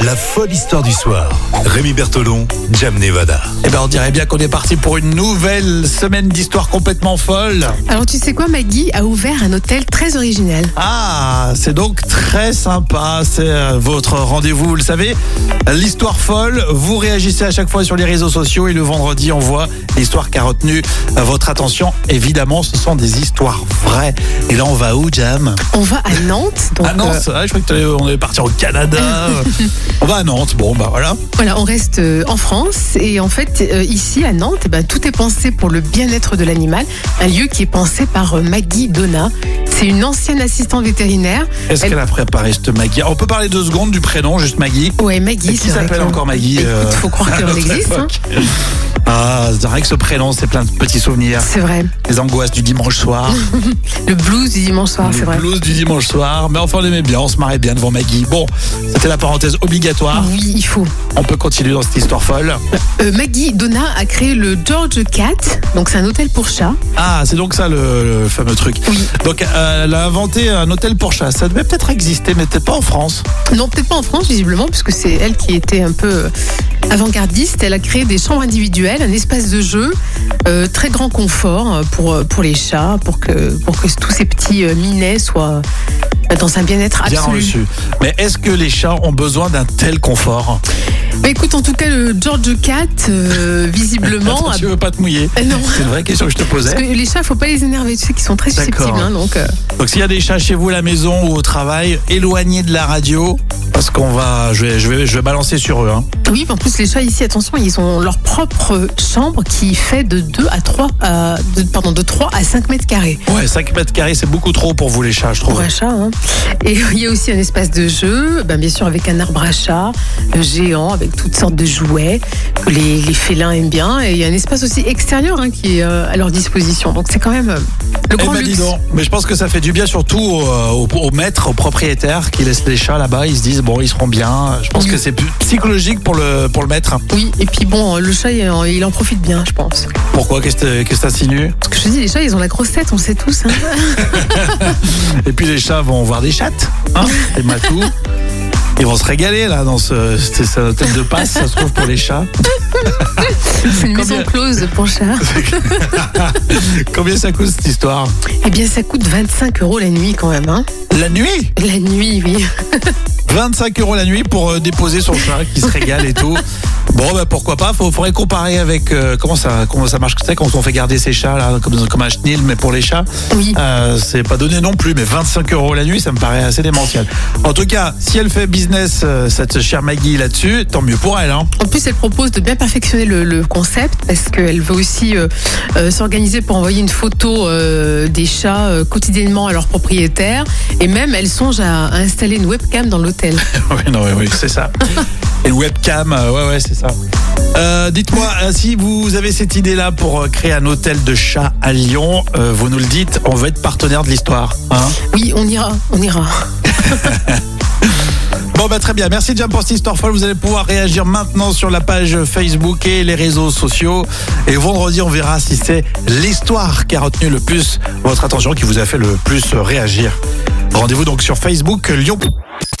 La folle histoire du soir. Rémi Bertolon, Jam Nevada. Eh ben, on dirait bien qu'on est parti pour une nouvelle semaine d'histoire complètement folle. Alors tu sais quoi, Maggie a ouvert un hôtel très original. Ah, c'est donc très sympa. C'est euh, votre rendez-vous, vous le savez. L'histoire folle. Vous réagissez à chaque fois sur les réseaux sociaux et le vendredi, on voit l'histoire qui a retenu euh, votre attention. Évidemment, ce sont des histoires vraies. Et là, on va où, Jam On va à Nantes. Donc, À Nantes. euh, Ah, je crois que t'allais- on est parti au Canada. on va à Nantes. Bon, bah voilà. voilà, on reste euh, en France et en fait euh, ici à Nantes, eh ben, tout est pensé pour le bien-être de l'animal. Un lieu qui est pensé par euh, Maggie Donna. C'est une ancienne assistante vétérinaire. Est-ce Elle- qu'elle a préparé cette Maggie Ah, On peut parler deux secondes du prénom, juste Maggie. Ouais, Maggie. Et qui c'est vrai s'appelle qu'on- encore Maggie, Écoute, euh, faut à croire qu'elle notre existe. hein. époque Ah, c'est vrai que ce prénom, c'est plein de petits souvenirs. C'est vrai. Les angoisses du dimanche soir, Le blues du dimanche soir, Ah, c'est les vrai. blues du dimanche soir. Mais enfin, on aimait bien, on se marrait bien devant Maggie. Bon, c'était la parenthèse obligatoire. Oui, il faut. On peut continuer dans cette histoire folle. Euh, Maggie Donna a créé le George Cat, donc c'est un hôtel pour chats. Ah, c'est donc ça le, le fameux truc. Oui. Donc, euh, elle a inventé un hôtel pour chat. Ça devait peut-être exister, mais peut-être pas en France. Non, peut-être pas en France, visiblement, puisque c'est elle qui était un peu euh, avant-gardiste. Elle a créé des chambres individuelles, un espace de jeu, euh, très grand confort euh, pour, euh, pour les chats, pour que, pour que tous ces petits euh, minets soient euh, dans un bien-être Bien absolu. reçu. Mais est-ce que les chats ont besoin d'un tel confort Mais Bah, écoute, en tout cas, le George Cat, euh, visiblement. Attends, a- Tu veux pas te mouiller Euh, non. C'est une vraie question que je te posais. Parce que les chats, faut pas les énerver, tu sais qu'ils sont très D'accord. susceptibles. hein, donc, euh, Donc s'il y a des chats chez vous à la maison ou au travail, éloignez de la radio parce qu'on va, je vais, je vais, je vais balancer sur eux. hein. Oui, en plus les chats ici, attention, ils ont leur propre chambre qui fait de 2 à 3 à, de- pardon, de 3 à 5 mètres carrés. Ouais, 5 mètres carrés, c'est beaucoup trop pour vous les chats, je trouve. Pour un chat, hein. Et il y a aussi un espace de jeu, ben, bien sûr avec un arbre à chat euh, géant, avec toutes sortes de jouets que les, les félins aiment bien. Et il y a un espace aussi extérieur hein, qui est euh, à leur disposition. Donc c'est quand même euh, le Eh grand ben, dis luxe. donc. mais je pense que ça fait du bien surtout aux au, au maître, aux propriétaires qui laissent les chats là-bas. Ils se disent bon, ils seront bien. Je pense Oui. que c'est plus psychologique pour le pour le maître. Oui, et puis bon, le chat, il en, il en profite bien, je pense. Pourquoi Qu'est-ce que qu'est-ce que t'insinues Parce que je te dis, les chats, ils ont la grosse tête, on le sait tous. hein. Et puis les chats vont voir des chattes, hein, des matous. Ils vont se régaler là dans ce, c'est c'est un hôtel de passe, ça se trouve pour les chats. C'est Combien- une maison close pour chat. Combien ça coûte cette histoire Eh bien, ça coûte 25 euros la nuit quand même. Hein. La nuit La nuit, oui. 25 euros la nuit pour euh, déposer son chat qui se régale et tout. Bon, bah, pourquoi pas Faut, faudrait comparer avec euh, comment ça comment ça marche c'est quand on fait garder ses chats là comme comme un chenil mais pour les chats. Oui. Euh, c'est pas donné non plus, mais 25 euros la nuit, ça me paraît assez démentiel. En tout cas, si elle fait business euh, cette chère Maggie là-dessus, tant mieux pour elle. Hein. En plus, elle propose de bien perfectionner le, le concept parce qu'elle veut aussi euh, euh, s'organiser pour envoyer une photo euh, des chats euh, quotidiennement à leurs propriétaires. Et même, elle songe à, à installer une webcam dans l'hôtel. oui, non, oui, oui, c'est ça. Et le webcam, euh, ouais, ouais, c'est ça. Euh, Dites-moi, euh, si vous avez cette idée-là pour euh, créer un hôtel de chats à Lyon, euh, vous nous le dites, on veut être partenaire de l'histoire. Hein Oui, on ira, on ira. Bon bah très bien, merci Jam pour cette histoire folle. Vous allez pouvoir réagir maintenant sur la page Facebook et les réseaux sociaux. Et vendredi, on verra si c'est l'histoire qui a retenu le plus votre attention, qui vous a fait le plus réagir. Rendez-vous donc sur Facebook Lyon.